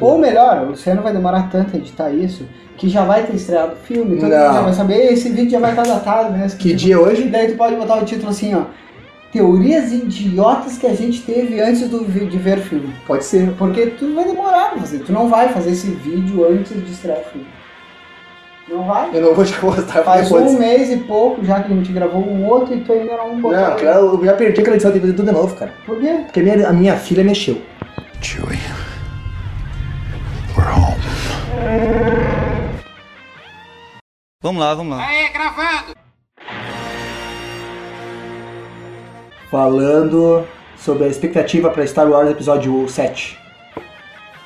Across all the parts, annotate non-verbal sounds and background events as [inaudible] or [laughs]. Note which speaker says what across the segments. Speaker 1: Ou melhor, o Luciano vai demorar tanto a editar isso que já vai ter estreado o filme, todo
Speaker 2: Não.
Speaker 1: mundo já vai saber, esse vídeo já vai estar datado mesmo.
Speaker 2: Que dia
Speaker 1: E
Speaker 2: é hoje?
Speaker 1: daí tu pode botar o título assim, ó. Teorias idiotas que a gente teve antes do, vi- de ver o filme.
Speaker 2: Pode ser.
Speaker 1: Porque tu vai demorar pra fazer. Tu não vai fazer esse vídeo antes de estrear o filme. Não vai?
Speaker 2: Eu não vou te postar
Speaker 1: Faz
Speaker 2: É, depois.
Speaker 1: um mês e pouco já que a gente gravou um outro e tu ainda não botou.
Speaker 2: Não, cara, eu já perdi aquela edição, tem que fazer tudo de novo, cara.
Speaker 1: Por quê?
Speaker 2: Porque a minha, a minha filha mexeu.
Speaker 3: Chewie, we're home.
Speaker 4: Vamos lá, vamos lá.
Speaker 2: Falando sobre a expectativa pra Star Wars Episódio 7.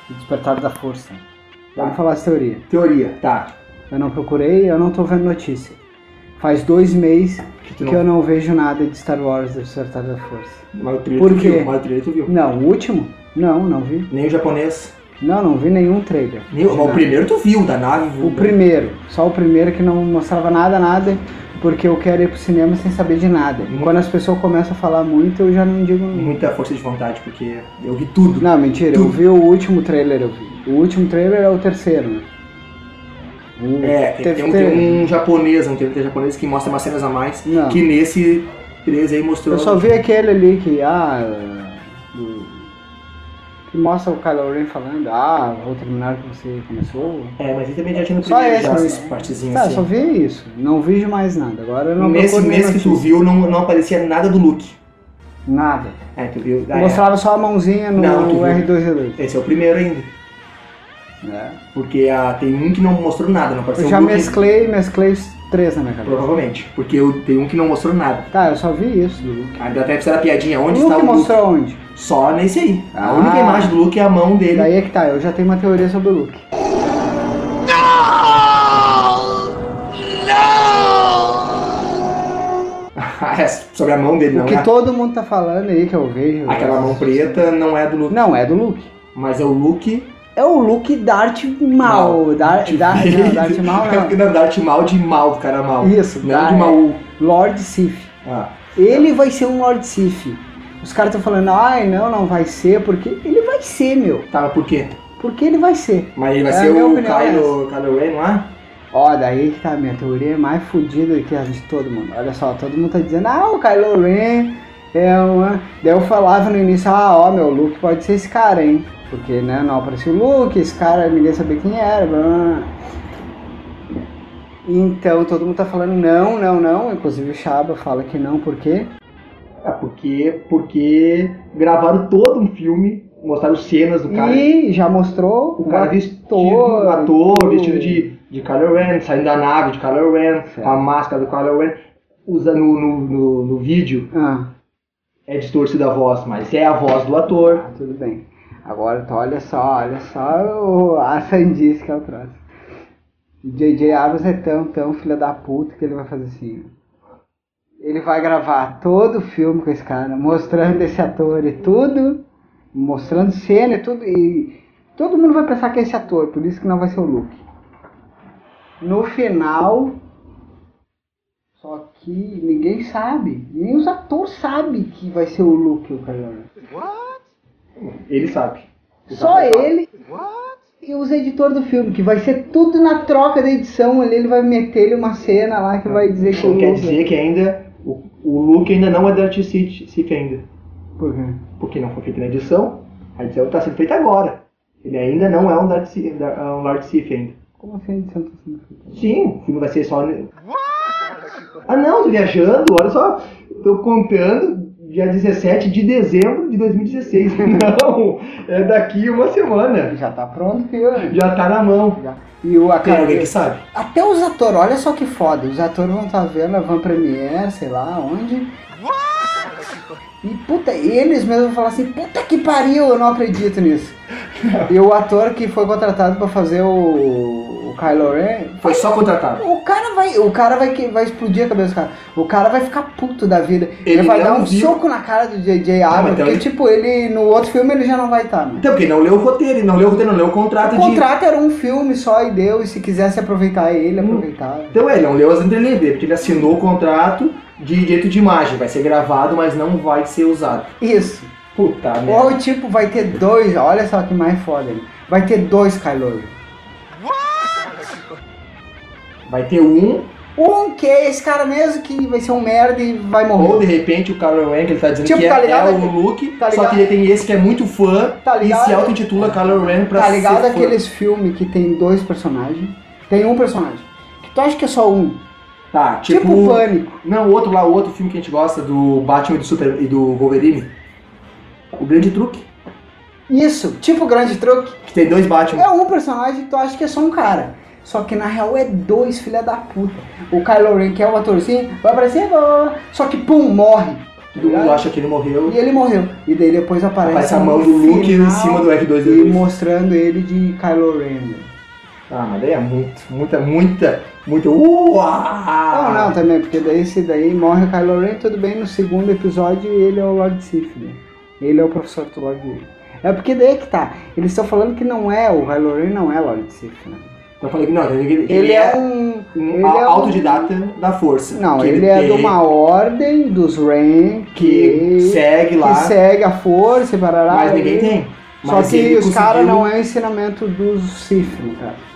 Speaker 1: O Despertar da Força. Vamos falar as teorias.
Speaker 2: Teoria, tá.
Speaker 1: Eu não procurei, eu não tô vendo notícia. Faz dois meses
Speaker 2: Que
Speaker 1: que
Speaker 2: tu não-
Speaker 1: eu não vejo nada de Star Wars do Despertar da Força.
Speaker 2: Mas o trailer
Speaker 1: Por
Speaker 2: tu
Speaker 1: quê?
Speaker 2: viu, mas o trailer tu viu.
Speaker 1: Não, o último? Não, não vi.
Speaker 2: Nem o japonês.
Speaker 1: Não, não vi nenhum trailer.
Speaker 2: Nem o, mas o
Speaker 1: Não.
Speaker 2: primeiro tu viu, da nave.
Speaker 1: O primeiro, só o primeiro que não mostrava nada, nada, porque eu quero ir pro cinema sem saber de nada.
Speaker 2: Hum.
Speaker 1: Quando as pessoas começam a falar muito, eu já não digo.
Speaker 2: Muita força de vontade, porque eu vi tudo.
Speaker 1: Não, mentira, eu
Speaker 2: Tudo.
Speaker 1: vi o último trailer, eu vi. O último trailer é o terceiro, né? O-
Speaker 2: É, tem,
Speaker 1: teve
Speaker 2: tem um,
Speaker 1: trailer.
Speaker 2: tem um japonês, um trailer japonês que mostra umas cenas a mais.
Speaker 1: Não.
Speaker 2: Que nesse 3 aí mostrou.
Speaker 1: Eu só vi aquele ali que, ah. do- Que mostra o Kylo Ren falando, ah, vou terminar o que você começou.
Speaker 2: É, mas ele também já tinha no
Speaker 1: Só
Speaker 2: primeiro
Speaker 1: esse,
Speaker 2: já,
Speaker 1: né?
Speaker 2: essas partezinhas
Speaker 1: Tá,
Speaker 2: assim.
Speaker 1: só vi isso. Não vi mais nada. Agora eu não
Speaker 2: Nesse,
Speaker 1: procuro nem
Speaker 2: nesse que tu
Speaker 1: notícia.
Speaker 2: viu não, não aparecia nada do Luke.
Speaker 1: Nada.
Speaker 2: É, tu viu. Ah,
Speaker 1: Mostrava só a mãozinha no
Speaker 2: Não, tu viu.
Speaker 1: R2D2.
Speaker 2: é. Esse é o primeiro ainda.
Speaker 1: É.
Speaker 2: Porque ah, tem um que não mostrou nada, não apareceu
Speaker 1: Eu
Speaker 2: o
Speaker 1: já
Speaker 2: Luke.
Speaker 1: mesclei, mesclei os três na minha
Speaker 2: Uhum.
Speaker 1: cabeça.
Speaker 2: Provavelmente. Porque eu- tem um que não mostrou nada.
Speaker 1: Tá, eu só vi isso do Luke.
Speaker 2: Ainda até fizeram a piadinha. Onde
Speaker 1: o
Speaker 2: está
Speaker 1: Luke
Speaker 2: o
Speaker 1: Um mostrou onde?
Speaker 2: Luke? Só nesse aí. A
Speaker 1: Ah.
Speaker 2: única imagem do Luke é a mão dele.
Speaker 1: Daí é que tá, eu já tenho uma teoria sobre o Luke.
Speaker 2: [laughs] é sobre a mão dele,
Speaker 1: O
Speaker 2: não
Speaker 1: que
Speaker 2: é?
Speaker 1: todo mundo tá falando aí que eu vejo.
Speaker 2: Aquela mão preta não é do Luke.
Speaker 1: Não, é do Luke.
Speaker 2: Mas é o Luke
Speaker 1: É o Luke Darth mal. Dar, Dar- não, Darth
Speaker 2: [laughs]
Speaker 1: mal
Speaker 2: É
Speaker 1: não.
Speaker 2: Não, Darth Maul de Tipo mal, cara mal.
Speaker 1: Isso,
Speaker 2: né?
Speaker 1: Ah, é.
Speaker 2: Não é
Speaker 1: Dar-
Speaker 2: de mal.
Speaker 1: Lord Sif.
Speaker 2: Ah,
Speaker 1: Ele vai ser um Lord Sif. Os caras estão falando, ai não, não vai ser, porque ele vai ser, meu.
Speaker 2: tá, mas por quê?
Speaker 1: Porque ele vai ser.
Speaker 2: Mas ele vai
Speaker 1: É,
Speaker 2: ser
Speaker 1: minha
Speaker 2: o
Speaker 1: opinião é
Speaker 2: Kylo, Kylo Ren, não é?
Speaker 1: Ó, daí que tá, minha teoria é mais fodida que a de todo mundo. Olha só, todo mundo tá dizendo, ah, o Kylo Ren é uma... Daí eu falava no início, ah, ó, meu, o Luke pode ser esse cara, hein? Porque, né, não apareceu o Luke, esse cara, ninguém sabia quem era, blá, blá, blá. Então, todo mundo tá falando não, não, não. Inclusive o Chaba fala que não, por quê?
Speaker 2: É porque, porque gravaram todo um filme, mostraram cenas do cara.
Speaker 1: E já mostrou
Speaker 2: o cara vestido,
Speaker 1: um
Speaker 2: um
Speaker 1: ator,
Speaker 2: ator
Speaker 1: tudo.
Speaker 2: vestido de, de Kylo Ren, saindo da nave de Kylo Ren,
Speaker 1: Certo.
Speaker 2: com a máscara do Kylo Ren. Usa no, no, no, no vídeo
Speaker 1: Ah,
Speaker 2: é distorcida a voz, mas é a voz do ator.
Speaker 1: tá, tudo bem. Agora, tá, olha só, olha só o- a sandice que é o troço. O J.J. Abrams é tão, tão filha da puta que ele vai fazer assim. ó. Ele vai gravar todo o filme com esse cara, mostrando esse ator e tudo, mostrando cena e tudo, e todo mundo vai pensar que é esse ator, por isso que não vai ser o Luke. No final, só que ninguém sabe, nem os atores sabem que vai ser o Luke o Kylo Ren.
Speaker 2: Ele sabe.
Speaker 1: Só ele e os editores do filme, que vai ser tudo na troca da edição ali, ele vai meter ele uma cena lá que vai dizer que
Speaker 2: Isso
Speaker 1: o
Speaker 2: Então, quer
Speaker 1: Luke-
Speaker 2: dizer que ainda o, o Luke ainda não é Darth Sith Sith ainda.
Speaker 1: Por quê?
Speaker 2: porque não foi feita na edição, a edição está sendo feita agora. Ele ainda não é um Darth Sith, um Lord Sith ainda.
Speaker 1: Como assim a edição tá sendo feita?
Speaker 2: Sim, o filme vai ser só. Ah não, tô viajando, olha só. Tô contando dia 17 de dezembro de 2016. [laughs] Não, é daqui uma semana.
Speaker 1: Já tá pronto o filme.
Speaker 2: Já tá na mão.
Speaker 1: Já. E o
Speaker 2: Tem
Speaker 1: cara,
Speaker 2: alguém que sabe?
Speaker 1: Até os atores, olha só que foda. Os atores vão estar vendo a Van Premiere, sei lá onde. E puta, eles mesmos vão falar assim, puta que pariu, eu não acredito [laughs] nisso. e o ator que foi contratado pra fazer o, o Kylo Ren
Speaker 2: Foi só contratado.
Speaker 1: O cara vai, o cara vai, que- vai explodir a cabeça do cara. O cara vai ficar puto da vida. Ele,
Speaker 2: Ele é
Speaker 1: vai
Speaker 2: não
Speaker 1: dar um
Speaker 2: viu.
Speaker 1: soco na cara do JJ Abrams,
Speaker 2: então
Speaker 1: porque
Speaker 2: ele-
Speaker 1: tipo, ele no outro filme ele já não vai estar.
Speaker 2: Então, porque não leu o roteiro, ele não leu o roteiro, não leu o contrato,
Speaker 1: O contrato era um filme só e deu, e se quisesse aproveitar ele, aproveitava.
Speaker 2: de. Então é, ele não leu as entrelinhas dele, porque ele assinou o contrato de direito de imagem. Vai ser gravado, mas não vai ser usado.
Speaker 1: Isso.
Speaker 2: Puta merda.
Speaker 1: Ou tipo, vai ter dois, olha só que mais foda. né? Vai ter dois Kylo.
Speaker 2: Vai ter um,
Speaker 1: Um que é esse cara mesmo que vai ser um merda e vai
Speaker 2: ou
Speaker 1: morrer.
Speaker 2: de repente o Kylo Ren, que ele tá dizendo
Speaker 1: Tipo,
Speaker 2: que é,
Speaker 1: tá ligado
Speaker 2: é o
Speaker 1: aquele-
Speaker 2: Luke,
Speaker 1: tá
Speaker 2: só que
Speaker 1: ligado?
Speaker 2: tem esse que é muito fã
Speaker 1: Tá
Speaker 2: e
Speaker 1: ligado?
Speaker 2: se auto-intitula Kylo Ren pra
Speaker 1: Tá ligado
Speaker 2: ser fã.
Speaker 1: aqueles filmes que tem dois personagens? Tem um personagem. Que tu acha que é só um?
Speaker 2: Tá,
Speaker 1: Tipo,
Speaker 2: tipo...
Speaker 1: o Pânico.
Speaker 2: Não, o outro lá, o outro filme que a gente gosta do Batman e do, Super, e do Wolverine. O Grande Truque,
Speaker 1: Isso, tipo o Grande Truque.
Speaker 2: que tem dois Batman.
Speaker 1: É um personagem que tu acha que é só um cara. Só que na real é dois, filha da puta. O Kylo Ren, que é o atorzinho, vai aparecer, blá, blá, blá. só que pum, morre.
Speaker 2: Todo mundo acha que ele morreu.
Speaker 1: E ele morreu. E daí depois aparece
Speaker 2: Aparece a
Speaker 1: no
Speaker 2: mão do Luke
Speaker 1: final
Speaker 2: em cima do
Speaker 1: E
Speaker 2: R2-D2.
Speaker 1: mostrando ele de Kylo Ren. né?
Speaker 2: Ah, mas daí é muito, muita, muita, muita... Uau! Ah.
Speaker 1: Não, não, também, porque daí esse daí morre o Kylo Ren, tudo bem, no segundo episódio ele é o Lord Sith, né? Ele é o professor do Lord Sith. É porque daí é que tá. Eles estão falando que não é, o Kylo Ren não é Lord Sith, né?
Speaker 2: Então eu falei que não, ele, ele
Speaker 1: Ele é
Speaker 2: um,
Speaker 1: um...
Speaker 2: um
Speaker 1: ele
Speaker 2: a-
Speaker 1: é um-
Speaker 2: autodidata da força.
Speaker 1: Não,
Speaker 2: Que
Speaker 1: ele, é
Speaker 2: tem-
Speaker 1: de uma ordem dos Ren
Speaker 2: que segue
Speaker 1: que
Speaker 2: lá,
Speaker 1: segue a força e parará.
Speaker 2: mas ninguém
Speaker 1: ele-
Speaker 2: tem.
Speaker 1: Só
Speaker 2: Mas
Speaker 1: que
Speaker 2: ele
Speaker 1: os caras
Speaker 2: conseguiu-
Speaker 1: não é o ensinamento dos Sith, né, cara.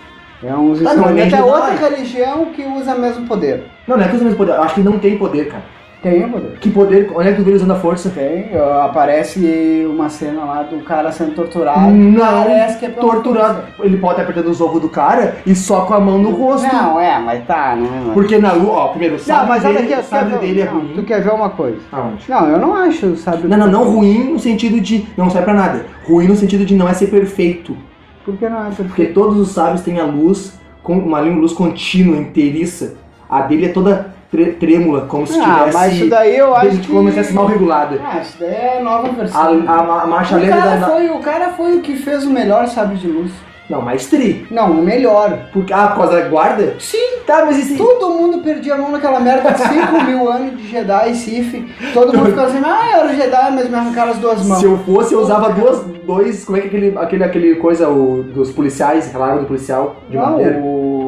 Speaker 1: É uns
Speaker 2: Ah, não,
Speaker 1: ensinamentos.
Speaker 2: ele
Speaker 1: É
Speaker 2: não
Speaker 1: outra
Speaker 2: é.
Speaker 1: religião que usa mesmo poder.
Speaker 2: Não, não é que os mesmos poder, acho que não tem poder, cara.
Speaker 1: Tem o poder.
Speaker 2: Que poder, onde é que tu vê ele usando a força?
Speaker 1: Tem, ó, aparece uma cena lá do cara sendo torturado.
Speaker 2: Não,
Speaker 1: Parece que é pela
Speaker 2: torturado. Ele pode estar apertando os ovos do cara e só com a mão no rosto.
Speaker 1: força. Não, é, mas tá, né? mas-
Speaker 2: Porque na lua, ó, primeiro, o
Speaker 1: Não,
Speaker 2: sabre
Speaker 1: mas olha
Speaker 2: dele,
Speaker 1: aqui,
Speaker 2: o
Speaker 1: tu quer
Speaker 2: sabre
Speaker 1: ver-
Speaker 2: dele é
Speaker 1: não, Tu
Speaker 2: ruim.
Speaker 1: quer ver uma coisa?
Speaker 2: Aonde?
Speaker 1: Não, eu não acho, sabe? é
Speaker 2: Não, não, não ruim no sentido de não serve pra nada. Ruim no sentido de não é ser perfeito.
Speaker 1: Por que não é?
Speaker 2: Porque todos os sábios têm a luz, com uma linha de luz contínua, inteiriça. A dele é toda tre- trêmula, como se
Speaker 1: Ah,
Speaker 2: tivesse.
Speaker 1: mas isso daí eu acho
Speaker 2: desde que
Speaker 1: que...
Speaker 2: começasse mal regulada.
Speaker 1: Ah, isso daí é nova
Speaker 2: A,
Speaker 1: versão.
Speaker 2: a, ma- a marcha
Speaker 1: o,
Speaker 2: lenta
Speaker 1: cara
Speaker 2: da. da-
Speaker 1: foi, o cara foi o que fez o melhor sabre de luz.
Speaker 2: Não, mas tri.
Speaker 1: Não, o melhor.
Speaker 2: Porque, ah, por causa da guarda?
Speaker 1: Sim,
Speaker 2: Tá, mas esse.
Speaker 1: todo mundo perdia a mão naquela merda de
Speaker 2: [laughs]
Speaker 1: 5 mil anos de Jedi e Sif. Todo mundo ficava assim, ah, eu era Jedi, mas me arrancaram as duas mãos.
Speaker 2: Se eu fosse, eu usava duas, dois. Como é que é aquele, aquele, aquele coisa o, dos policiais, aquela arma do policial de
Speaker 1: não,
Speaker 2: madeira?
Speaker 1: o-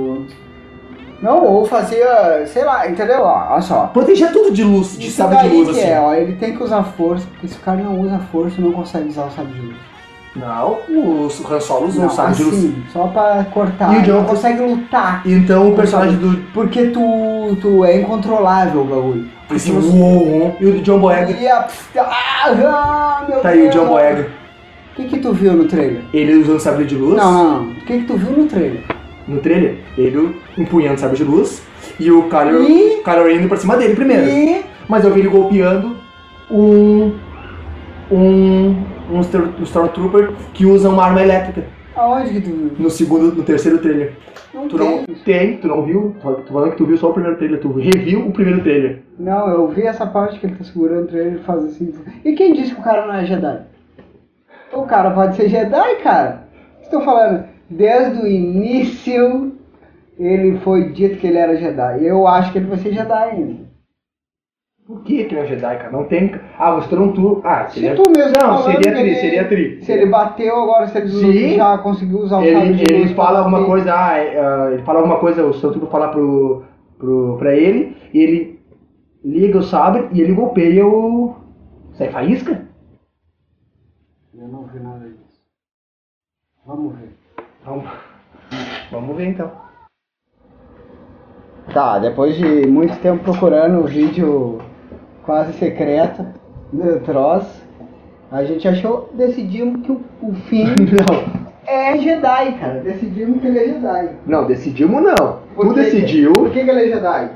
Speaker 1: não, ou fazia, sei lá, entendeu? Ó, olha só.
Speaker 2: Protegia tudo de luz, de
Speaker 1: Isso
Speaker 2: sabre de
Speaker 1: daí
Speaker 2: luz,
Speaker 1: que
Speaker 2: assim.
Speaker 1: é, ó, ele tem que usar força, porque se o cara não usa força, não consegue usar o sabre de luz.
Speaker 2: Não, o Han Solo usou
Speaker 1: não,
Speaker 2: o sabre de luz.
Speaker 1: assim, só pra cortar.
Speaker 2: E o
Speaker 1: ele não
Speaker 2: John-
Speaker 1: consegue lutar.
Speaker 2: Então o personagem do.
Speaker 1: Porque tu, tu é incontrolável o bagulho.
Speaker 2: Esse, uou, e o do John Boyega.
Speaker 1: E a... ah, ah, meu
Speaker 2: Tá aí o
Speaker 1: Deus.
Speaker 2: John Boyega.
Speaker 1: O que que tu viu no trailer?
Speaker 2: Ele usando sabre de luz
Speaker 1: Não, não, não. O que que tu viu no trailer?
Speaker 2: no trailer. Ele empunhando sabre de luz. E o Kylo
Speaker 1: E-
Speaker 2: o Kylo Ren indo pra cima dele primeiro.
Speaker 1: E...
Speaker 2: Mas eu vi ele golpeando um. um. um Star- um Stormtrooper que usa uma arma elétrica
Speaker 1: Aonde que tu viu?
Speaker 2: no segundo, no terceiro trailer.
Speaker 1: Não
Speaker 2: Tu não
Speaker 1: tem.
Speaker 2: tem, tu não viu, tu tá falando que tu viu só o primeiro trailer, tu reviu o primeiro trailer.
Speaker 1: Não, eu vi essa parte que ele tá segurando o trailer e faz assim. E quem disse que o cara não é Jedi? O cara pode ser Jedi, cara. Estou falando, desde o início ele foi dito que ele era Jedi. Eu acho que ele vai ser Jedi ainda.
Speaker 2: Por que que não é Jedi, cara? Não tem. Ah, o Stormtrooper. Ah,
Speaker 1: Se
Speaker 2: seria.
Speaker 1: tu mesmo tá
Speaker 2: não,
Speaker 1: falando
Speaker 2: seria
Speaker 1: que
Speaker 2: tri,
Speaker 1: ele-
Speaker 2: seria tri.
Speaker 1: Se ele bateu agora, se ele
Speaker 2: Sim.
Speaker 1: já conseguiu usar o sabre
Speaker 2: Ele,
Speaker 1: de
Speaker 2: ele
Speaker 1: luz
Speaker 2: fala
Speaker 1: pra
Speaker 2: alguma
Speaker 1: bater.
Speaker 2: coisa, ah, é, ah, ele fala alguma coisa, o Stormtrooper fala pro, pro, pra ele, e ele liga o sabre e ele golpeia o. Sai faísca?
Speaker 1: Eu não vi nada disso. Vamos ver.
Speaker 2: Vamos, vamos ver então.
Speaker 1: Tá, depois de muito tempo procurando o vídeo quase secreto do troço, a gente achou, decidimos que o, o [laughs] Finn
Speaker 2: Não,
Speaker 1: é Jedi, cara. Decidimos que ele é Jedi.
Speaker 2: não decidimos não.
Speaker 1: Por
Speaker 2: tu
Speaker 1: que que-
Speaker 2: decidiu.
Speaker 1: Por que, que ele é Jedi?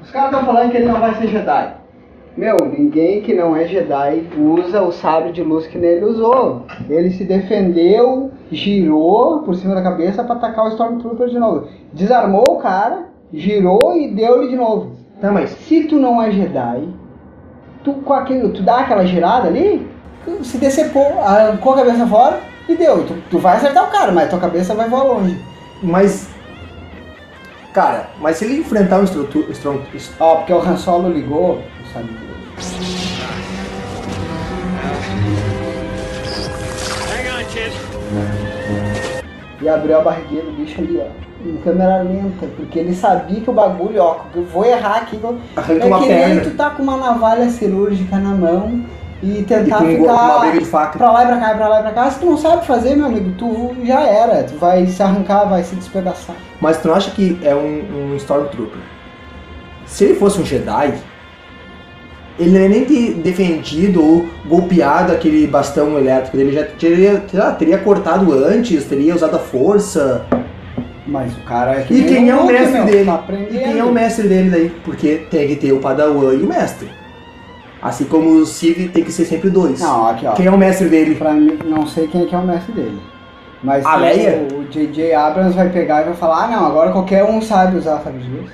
Speaker 1: Os caras estão falando que ele não vai ser Jedi. Meu, ninguém que não é Jedi usa o sabre de luz que nele usou. Ele se defendeu, girou por cima da cabeça pra atacar o Stormtrooper de novo. Desarmou o cara, girou e deu-lhe de novo.
Speaker 2: Tá, mas.
Speaker 1: Se tu não é Jedi, tu, com aquele, tu dá aquela girada ali, tu se decepou, arrancou a cabeça fora e deu. Tu, tu vai acertar o cara, mas tua cabeça vai voar longe.
Speaker 2: Mas. Cara, mas se ele enfrentar um o Stormtrooper.
Speaker 1: Ó, porque o Han Solo ligou, não sabe é. de luz.
Speaker 3: Hang on, kid.
Speaker 1: e abriu a barriguinha do bicho ali, ó. Em câmera lenta, porque ele sabia que o bagulho, ó, que eu vou errar aqui. que eu-
Speaker 2: Arranca
Speaker 1: é
Speaker 2: uma
Speaker 1: que
Speaker 2: perna.
Speaker 1: nem tu tá com uma navalha cirúrgica na mão E
Speaker 2: E
Speaker 1: tentar
Speaker 2: com um go- uma
Speaker 1: ficar
Speaker 2: briga de faca.
Speaker 1: pra lá e pra cá, pra lá e pra cá. Se tu não sabe fazer, meu amigo, tu já era. Tu vai se arrancar, vai se despedaçar.
Speaker 2: Mas tu não acha que é um, um Stormtrooper? Se ele fosse um Jedi, ele não ia nem ter defendido ou golpeado aquele bastão elétrico dele, já teria, sei lá, teria cortado antes, teria usado a força.
Speaker 1: Mas o cara é que
Speaker 2: E
Speaker 1: nem
Speaker 2: quem é o
Speaker 1: Hulk,
Speaker 2: mestre
Speaker 1: meu,
Speaker 2: dele?
Speaker 1: Tá
Speaker 2: E
Speaker 1: aprendendo.
Speaker 2: quem é o mestre dele daí? Porque tem que ter o Padawan e o mestre. Assim como o Civ tem que ser sempre dois.
Speaker 1: Não, aqui ó.
Speaker 2: Quem é o mestre dele?
Speaker 1: Pra mim, não sei quem é que é o mestre dele. Mas
Speaker 2: A
Speaker 1: o-
Speaker 2: Leia?
Speaker 1: o J.J. Abrams vai pegar e vai falar, ah não, agora qualquer um sabe usar sabe de luz.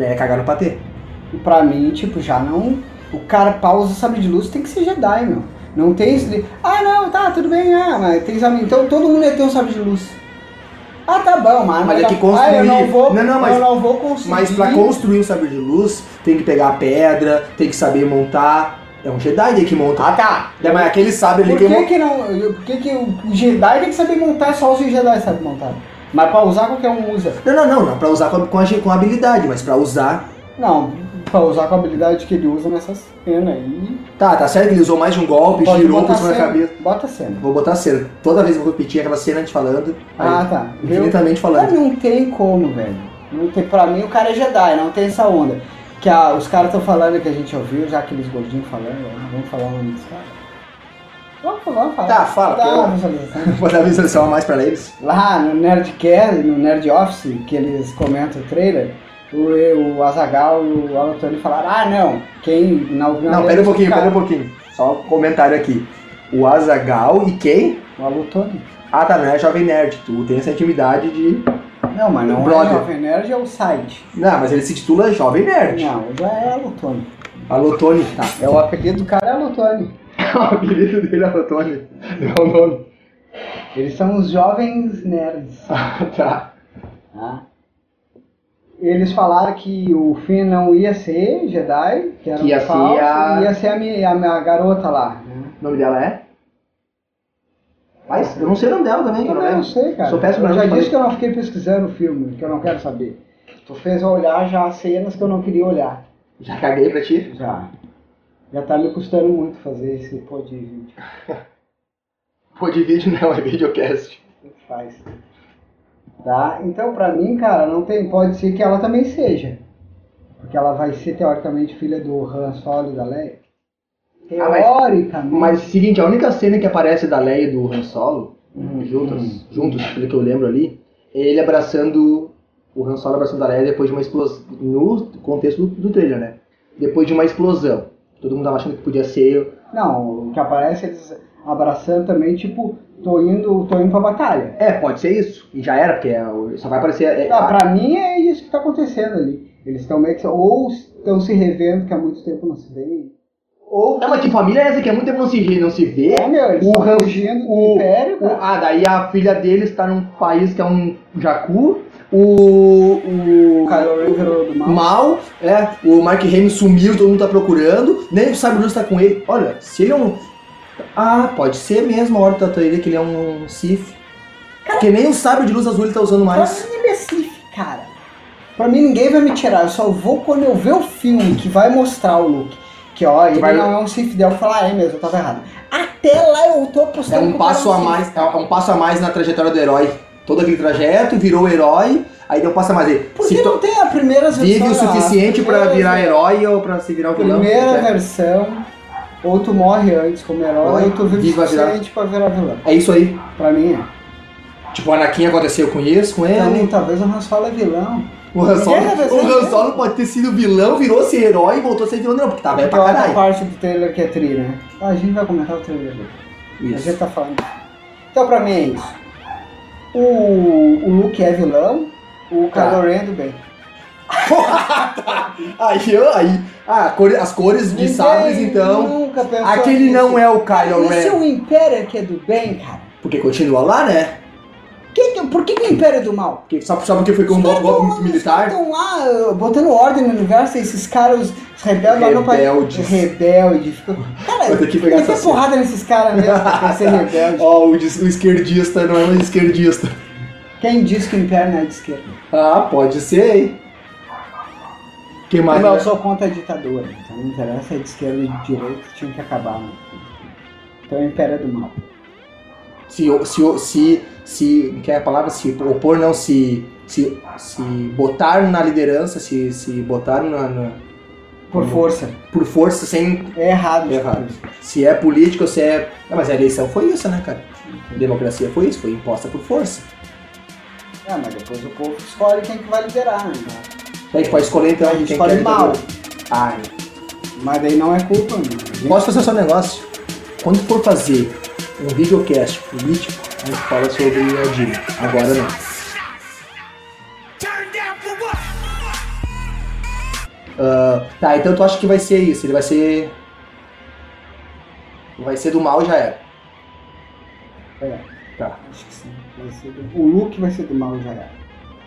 Speaker 2: É cagar no patê.
Speaker 1: E pra mim, tipo, já não. O cara pausa o sabre de luz tem que ser Jedi, meu. Não tem isso de. Ah não, tá, tudo bem, ah, mas tem sabre. Então todo mundo ia ter um sabre de luz. Ah, tá bom, mas.
Speaker 2: Mas é que
Speaker 1: Ah, eu não
Speaker 2: construir-
Speaker 1: vou.
Speaker 2: Não, não, mas-
Speaker 1: eu não vou conseguir.
Speaker 2: Mas pra construir um sabre de luz, tem que pegar a pedra, tem que saber montar. É um Jedi daí que monta. Ah, tá. mas aquele sabre ali
Speaker 1: Por
Speaker 2: que
Speaker 1: que,
Speaker 2: monta.
Speaker 1: que não. Por que, que o Jedi tem que saber montar, só os Jedi sabem montar. Mas pra usar qualquer um usa.
Speaker 2: Não, não, não, não. Pra usar com, a- com, a- com habilidade, mas pra usar.
Speaker 1: Não, pra usar com a habilidade que ele usa nessa cena aí.
Speaker 2: Tá, tá certo que ele usou mais de um golpe,
Speaker 1: pode
Speaker 2: girou
Speaker 1: botar
Speaker 2: por cima da
Speaker 1: cena.
Speaker 2: cabeça.
Speaker 1: Bota a cena.
Speaker 2: Vou botar a cena. Toda vez eu vou repetir aquela cena te falando.
Speaker 1: Ah,
Speaker 2: Ah,
Speaker 1: tá. Viu?
Speaker 2: infinitamente
Speaker 1: Mas
Speaker 2: falando.
Speaker 1: não tem como, velho. Não tem, pra mim o cara é Jedi, não tem essa onda. Que a- os caras estão falando que a gente ouviu, já aqueles gordinhos falando, ó, vamos falar o nome dos caras. Vamos falar, vamos falar.
Speaker 2: Tá, fala,
Speaker 1: Dá
Speaker 2: que eu-
Speaker 1: uma visualização.
Speaker 2: Vou dar visualização a mais pra eles.
Speaker 1: Lá no Nerdcast, no Nerd Office, que eles comentam o trailer, o, o Azagal e o Alotone falaram, ah não, quem na opinião
Speaker 2: Não,
Speaker 1: dele,
Speaker 2: pera um pouquinho,
Speaker 1: cara-
Speaker 2: pera um pouquinho. Só um comentário aqui. O Azagal e quem?
Speaker 1: O Alotone.
Speaker 2: Ah, tá, não é Jovem Nerd. Tu tem essa intimidade de.
Speaker 1: Não, mas não
Speaker 2: Brother.
Speaker 1: é Jovem Nerd, é o site.
Speaker 2: Não, mas ele se titula Jovem Nerd.
Speaker 1: Não, já é Alotone.
Speaker 2: Alô, Tony. Tá.
Speaker 1: É o apelido do cara é Alotone.
Speaker 2: [laughs] O apelido dele é Antônio. Não é o nome.
Speaker 1: Eles são os jovens nerds.
Speaker 2: [laughs] Ah, tá.
Speaker 1: tá? Eles falaram que o Finn não ia ser Jedi, que era
Speaker 2: Que ia
Speaker 1: um
Speaker 2: ser
Speaker 1: falso,
Speaker 2: a-
Speaker 1: e ia ser a minha, a minha garota lá. né?
Speaker 2: O nome dela é? Mas eu não sei o nome dela também, né?
Speaker 1: Eu não sei, cara.
Speaker 2: Sou péssimo
Speaker 1: eu
Speaker 2: pra
Speaker 1: já
Speaker 2: nome,
Speaker 1: disse que eu não fiquei pesquisando o filme, que eu não quero saber. Tu fez eu olhar já cenas que eu não queria olhar.
Speaker 2: Já caguei pra ti.
Speaker 1: Já. Já tá me custando muito fazer esse pô de vídeo.
Speaker 2: Pô, de vídeo não, é videocast.
Speaker 1: Tanto faz. Tá? Então, pra mim, cara, não tem. Pode ser que ela também seja. Porque ela vai ser, teoricamente, filha do Han Solo e da Leia.
Speaker 2: Ah, mas-
Speaker 1: Teoricamente.
Speaker 2: Mas é o seguinte, a única cena que aparece da Leia e do Han Solo,
Speaker 1: Hum,
Speaker 2: juntas,
Speaker 1: hum.
Speaker 2: juntos, pelo que eu lembro ali, é ele abraçando. O Han Solo abraçando a Leia depois de uma explosão. No contexto do, do trailer, né? Depois de uma explosão. Todo mundo tava achando que podia ser.
Speaker 1: Não, o que aparece é eles abraçando também, tipo, tô indo, tô indo pra batalha.
Speaker 2: É, pode ser isso. E já era, porque é- só vai aparecer. é,
Speaker 1: Tá, pra mim é isso que tá acontecendo ali. Eles estão meio que. Ou estão se revendo, que há muito tempo não se vê. Ou.
Speaker 2: Não, mas que família é essa que há muito tempo não se vê? Não se vê?
Speaker 1: É, meu, eles
Speaker 2: o
Speaker 1: estão
Speaker 2: Han-
Speaker 1: fugindo do
Speaker 2: o-
Speaker 1: Império,
Speaker 2: O-
Speaker 1: cara.
Speaker 2: ah, daí a filha dele está num país que é um jacu. O. O.
Speaker 1: O Kylo Ren virou do mal.
Speaker 2: Mal, é. O Mark Hamill sumiu, todo mundo tá procurando. Nem o Sabre Luz tá com ele. Olha, se ele é um. Ah, pode ser mesmo a hora da trilha que ele é um Sith. Porque nem o sabre de luz azul ele tá usando
Speaker 1: Pra
Speaker 2: mais.
Speaker 1: mim, Recife, cara. Pra mim, ninguém vai me tirar. Eu só vou quando eu ver o filme que vai mostrar o Luke. Que ó, ele
Speaker 2: Vai-
Speaker 1: não é um Sith Del. Eu falar, ah, é mesmo, eu tava errado. Até lá eu tô
Speaker 2: É
Speaker 1: postando.
Speaker 2: um
Speaker 1: que o cara
Speaker 2: passo
Speaker 1: é um
Speaker 2: a
Speaker 1: Sith.
Speaker 2: mais, é um passo a mais na trajetória do herói. Todo aquele trajeto, virou herói, aí deu um passo a mais. Ele
Speaker 1: Por
Speaker 2: se
Speaker 1: que
Speaker 2: to-
Speaker 1: não tem a primeira versão?
Speaker 2: Vive o
Speaker 1: lá?
Speaker 2: suficiente
Speaker 1: A
Speaker 2: pra
Speaker 1: primeira-
Speaker 2: virar herói ou pra se virar o vilão.
Speaker 1: Primeira
Speaker 2: né?
Speaker 1: versão, ou tu morre antes como herói,
Speaker 2: Herói,
Speaker 1: ou tu vive
Speaker 2: viva
Speaker 1: o
Speaker 2: a virada.
Speaker 1: suficiente pra virar vilão.
Speaker 2: É isso aí.
Speaker 1: Pra mim é.
Speaker 2: Tipo, o Anakin aconteceu com isso, com
Speaker 1: Então,
Speaker 2: ele.
Speaker 1: talvez o Han Solo é vilão.
Speaker 2: O Han Solo,
Speaker 1: Ninguém vai fazer
Speaker 2: o Han
Speaker 1: isso.
Speaker 2: Solo pode ter sido vilão, virou ser herói e voltou a ser vilão, não, porque tá velho
Speaker 1: Porque
Speaker 2: pra
Speaker 1: olha a
Speaker 2: caralho.
Speaker 1: parte do trailer que é tri, né? Ah, A gente vai comentar o trailer dele. A gente
Speaker 2: Isso. [laughs]
Speaker 1: tá falando. Então pra mim é isso. O, o Luke é vilão, o
Speaker 2: Tá.
Speaker 1: Kylo Ren é do bem.
Speaker 2: Aí, eu- aí. Ah, a cor- as cores de sabres, então.
Speaker 1: Nunca pensou
Speaker 2: Aquele
Speaker 1: nisso.
Speaker 2: não é o Kylo
Speaker 1: E se
Speaker 2: Ren.
Speaker 1: o Império é que é do bem, cara?
Speaker 2: Porque continua lá, né?
Speaker 1: Quem que- por que, que o Império é do mal?
Speaker 2: Porque só, só porque foi com um golpe golpe militar.
Speaker 1: Estão lá eh, botando ordem no universo, esses caras, os rebeldes lá no
Speaker 2: Rebeldes.
Speaker 1: Rebelde.
Speaker 2: [laughs]
Speaker 1: fica- Cara,
Speaker 2: Vou ter que pegar
Speaker 1: tem que ter
Speaker 2: essa cena.
Speaker 1: porrada nesses caras mesmo pra
Speaker 2: [laughs]
Speaker 1: ser rebelde.
Speaker 2: Ó, o, dis- o esquerdista não é mais esquerdista.
Speaker 1: Quem diz que o Império não é de esquerda?
Speaker 2: Ah, pode ser, hein?
Speaker 5: Quem mais?
Speaker 1: Mas eu sou contra a ditadura, então não interessa de esquerda e de direita, tinha que acabar. Né? Então é o império do mal.
Speaker 2: Se, se, se, se, que é a palavra? Se opor, não, se, se, se botar na liderança, se, se botar na, na-
Speaker 1: Por força.
Speaker 2: por força, sem.
Speaker 1: Uhum. É errado.
Speaker 2: É errado. Se é político, se é. Ah, mas a eleição foi isso, né, cara? A democracia foi isso, foi imposta por força.
Speaker 1: É, mas depois o povo escolhe quem que vai liderar, né?
Speaker 2: Daí a gente pode escolher então.
Speaker 1: A gente
Speaker 2: quem
Speaker 1: escolhe
Speaker 2: quer
Speaker 1: mal.
Speaker 2: ditadura. Ah,
Speaker 1: Mas daí não é culpa, né?
Speaker 2: Posso fazer só um negócio? Quando for fazer um videocast político, a gente fala sobre a Dilma. Agora não. Ah, tá, então tu acha que vai ser isso? Ele vai ser. Vai ser do mal e já era. É, tá.
Speaker 1: Acho que sim. Vai ser do- O Luke vai ser do mal já era.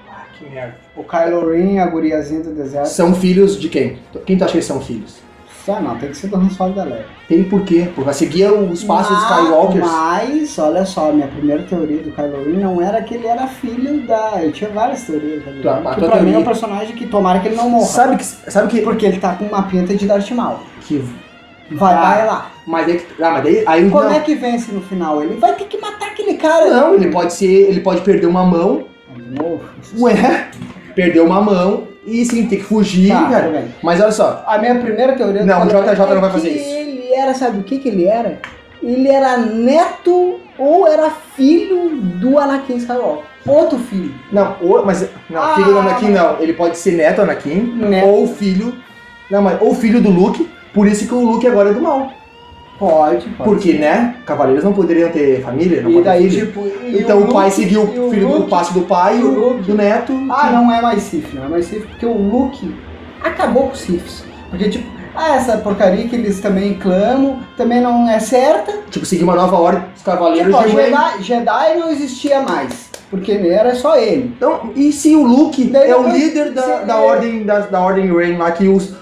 Speaker 2: Ah, que merda.
Speaker 1: O Kylo Ren, a guriazinha do deserto.
Speaker 2: São filhos de quem? Quem tu acha que eles são filhos?
Speaker 1: Ah, não, tem que ser do Han Solo da Leia.
Speaker 2: Tem por quê? Porque vai seguir os passos dos Skywalkers.
Speaker 1: Mas, olha só, minha primeira teoria do Kylo Ren não era que ele era filho da... Eu tinha várias teorias, tá ligado?
Speaker 2: Tá, a
Speaker 1: Que
Speaker 2: tua
Speaker 1: pra mim é um
Speaker 2: teoria-
Speaker 1: personagem que tomara que ele não morra.
Speaker 2: Sabe que. Sabe que.
Speaker 1: Porque ele tá com uma pinta de Darth Maul.
Speaker 2: que
Speaker 1: Vai,
Speaker 2: Ah.
Speaker 1: vai lá.
Speaker 2: mas aí, ah, mas daí, aí
Speaker 1: Como
Speaker 2: não.
Speaker 1: é que vence no final? Ele vai ter que matar aquele cara.
Speaker 2: Não, ele pode ser, ele pode perder uma mão.
Speaker 1: De novo? Isso
Speaker 2: Ué, perdeu uma mão e sim, tem que fugir,
Speaker 1: Tá,
Speaker 2: cara.
Speaker 1: tudo bem.
Speaker 2: mas olha só,
Speaker 1: A minha primeira teoria do
Speaker 2: Não, o JJ não vai
Speaker 1: é
Speaker 2: fazer
Speaker 1: que
Speaker 2: isso.
Speaker 1: Ele era, sabe o que que ele era? Ele era neto ou era filho do Anakin Skywalker. Outro filho.
Speaker 2: não, ou, mas não,
Speaker 1: Ah,
Speaker 2: filho do Anakin não, ele pode ser neto do Anakin
Speaker 1: Neto.
Speaker 2: ou filho, não, mas ou filho do Luke. Por isso que o Luke agora é do mal.
Speaker 1: Pode,
Speaker 2: Porque, né? Cavaleiros não poderiam ter família, não
Speaker 1: E
Speaker 2: pode ter
Speaker 1: daí,
Speaker 2: filho.
Speaker 1: tipo. e
Speaker 2: Então o, pai
Speaker 1: Luke-
Speaker 2: seguiu
Speaker 1: e
Speaker 2: o filho do
Speaker 1: Luke-
Speaker 2: passo do pai
Speaker 1: e
Speaker 2: e
Speaker 1: o
Speaker 2: o
Speaker 1: Luke-
Speaker 2: do neto.
Speaker 1: Ah, não é mais Sif, não é mais Sif, porque o Luke acabou com os Sifs. Porque, tipo, ah, essa porcaria que eles também clamam também não é certa.
Speaker 2: Tipo, seguir uma nova ordem dos cavaleiros
Speaker 1: Tipo, ó,
Speaker 2: de mãe.
Speaker 1: Jedi, Jedi não existia mais. Porque era só ele.
Speaker 2: Então, e se o Luke
Speaker 1: Daí
Speaker 2: é o
Speaker 1: depois-
Speaker 2: líder da,
Speaker 1: se-
Speaker 2: da ordem da, da ordem Rain lá que os,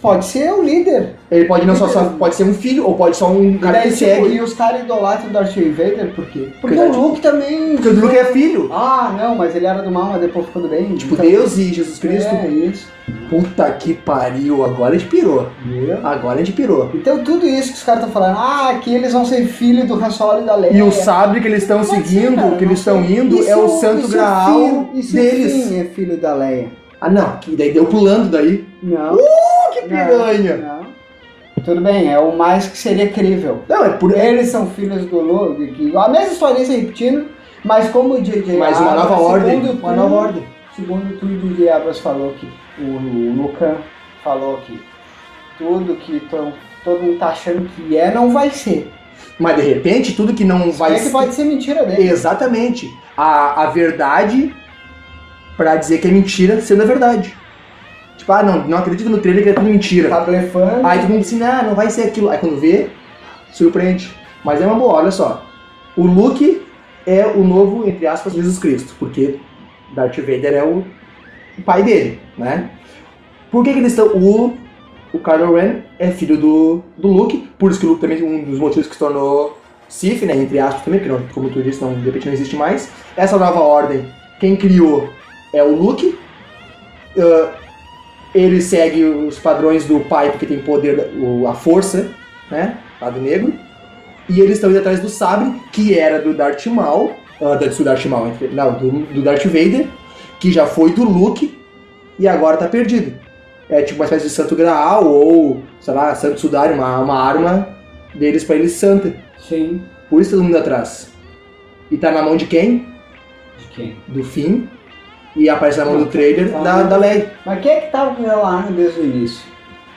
Speaker 1: Pode ser o líder.
Speaker 2: ele pode não só, só- pode ser um filho ou pode só um cara
Speaker 1: Daí,
Speaker 2: que
Speaker 1: tipo,
Speaker 2: segue,
Speaker 1: E os caras idolatram o Darth Vader, por quê? Porque
Speaker 2: Verdade.
Speaker 1: o Luke também.
Speaker 2: porque o Luke é filho.
Speaker 1: Ah, não, mas ele era do mal, mas depois ficou do bem.
Speaker 2: Tipo,
Speaker 1: Então,
Speaker 2: Deus e Jesus Cristo.
Speaker 1: É isso.
Speaker 2: Puta que pariu, agora a gente pirou. Agora a gente pirou.
Speaker 1: Então, tudo isso que os caras estão falando, ah, que eles vão ser filho do Han Solo e da Leia.
Speaker 2: E o sabre que eles estão
Speaker 1: Pode ser,
Speaker 2: seguindo,
Speaker 1: cara,
Speaker 2: que
Speaker 1: não
Speaker 2: eles estão
Speaker 1: sei.
Speaker 2: indo,
Speaker 1: E
Speaker 2: é
Speaker 1: se
Speaker 2: o
Speaker 1: o- e
Speaker 2: santo
Speaker 1: se o
Speaker 2: graal
Speaker 1: filho- e se o
Speaker 2: deles.
Speaker 1: Finn é filho da Leia.
Speaker 2: Ah não, que daí deu pulando daí.
Speaker 1: Não.
Speaker 2: Que
Speaker 1: não,
Speaker 2: piranha!
Speaker 1: não. Tudo bem, é o mais que seria crível.
Speaker 2: Não, é por.
Speaker 1: Eles são filhos do Luke, que a mesma historinha se repetindo, mas como o J.J.
Speaker 2: Mais uma
Speaker 1: Abrams,
Speaker 2: nova ordem.
Speaker 1: segundo
Speaker 2: Uma
Speaker 1: tu-
Speaker 2: nova ordem.
Speaker 1: Segundo tudo, o J.J. Abrams falou que o Lucan falou que tudo que tão, todo mundo tá achando que é, não vai ser.
Speaker 2: Mas de repente, tudo que não vai
Speaker 1: é que pode ser mentira dele.
Speaker 2: Exatamente. A, a verdade pra dizer que é mentira sendo a verdade. Tipo, ah, não, não acredito no trailer que é tudo mentira.
Speaker 1: Tá blefando.
Speaker 2: Aí tu pensa assim, ah, não vai ser aquilo. Aí quando vê, surpreende. Mas é uma boa, olha só. O Luke é o novo, entre aspas, Jesus Cristo, porque Darth Vader é o, o pai dele, né? Por que, que eles estão. O, o Kylo Ren é filho do, do Luke, por isso que o Luke também é um dos motivos que se tornou Sith, né? Entre aspas também, porque não, como tu disse, não, de repente não existe mais. Essa nova ordem, quem criou é o Luke. Ah, ele segue os padrões do pai, porque tem poder, o- a força, né? Lado negro. E eles estão indo atrás do sabre, que era do Darth Maul, ah, do do Darth Maul, entre- não, do, do Darth Vader, que já foi do Luke, e agora tá perdido. É tipo uma espécie de santo graal, ou, sei lá, santo sudário, uma, uma arma deles pra eles santa.
Speaker 1: Sim.
Speaker 2: Por isso todo mundo atrás. E tá na mão de quem?
Speaker 1: De quem?
Speaker 2: Do Finn. E aparece na mão do trailer da, da Leia.
Speaker 1: Mas quem é que tava com aquela arma desde o início?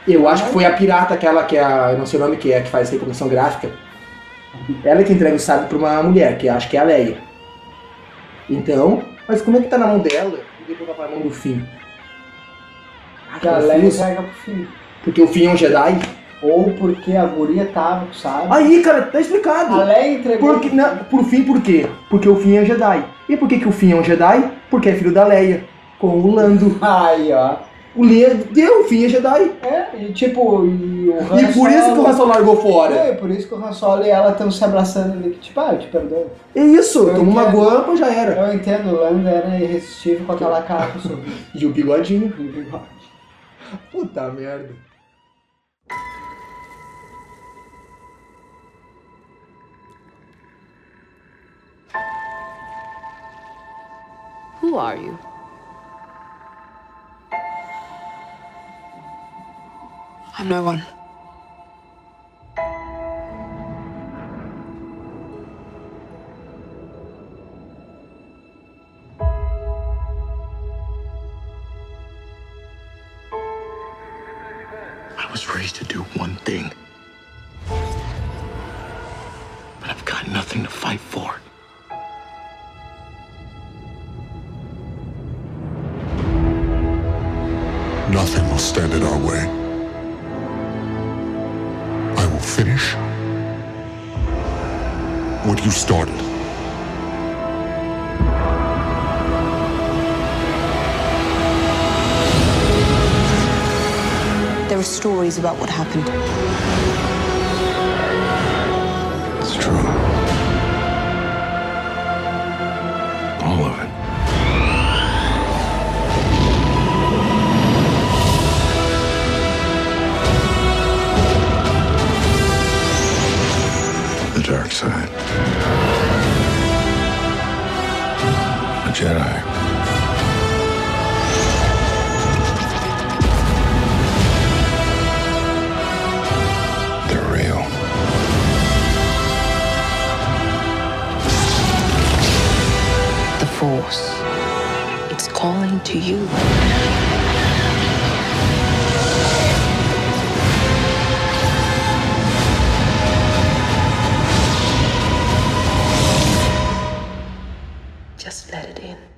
Speaker 2: Eu acho que foi a pirata aquela que é a. eu Não sei o nome que é, que faz reprodução gráfica. Ela que entrega o sábio pra uma mulher, que eu acho que é a Leia. Então, mas como é que tá na mão dela? E depois vai pra mão do Finn. Ah,
Speaker 1: Que a Leia
Speaker 2: confuso.
Speaker 1: entrega pro filho.
Speaker 2: Porque o Finn é um Jedi?
Speaker 1: Ou porque a guria tava, sabe?
Speaker 2: Aí, cara, tá
Speaker 1: A
Speaker 2: explicado!
Speaker 1: Leia entregou.
Speaker 2: Por, que, não, por fim, por quê? Porque o Finn é um Jedi. E por que, que o Finn é um Jedi? Porque é filho da Leia. Com o Lando.
Speaker 1: Aí, ó.
Speaker 2: O Leia deu, o Finn é Jedi.
Speaker 1: É, e tipo, e é o Han
Speaker 2: E por isso que o Han Solo largou fora.
Speaker 1: É, e por isso que o Han Solo e ela estão se abraçando ali, que tipo, ah, eu te perdoo.
Speaker 2: É isso,
Speaker 1: Eu
Speaker 2: tomou uma
Speaker 1: entendo.
Speaker 2: guampa já era. [laughs]
Speaker 1: Eu entendo, o Lando era irresistível com aquela capa sobre
Speaker 2: E o bigodinho.
Speaker 1: o bigode.
Speaker 6: Puta merda.
Speaker 7: Who are you?
Speaker 8: I'm no one.
Speaker 9: I was raised to do one thing. But I've got nothing to fight for.
Speaker 10: Nothing will stand in our way. I will finish what you started.
Speaker 8: There are stories about what happened.
Speaker 9: It's true. All of it. The dark side. A Jedi. They're real.
Speaker 8: The Force. It's calling to you. Just let it in.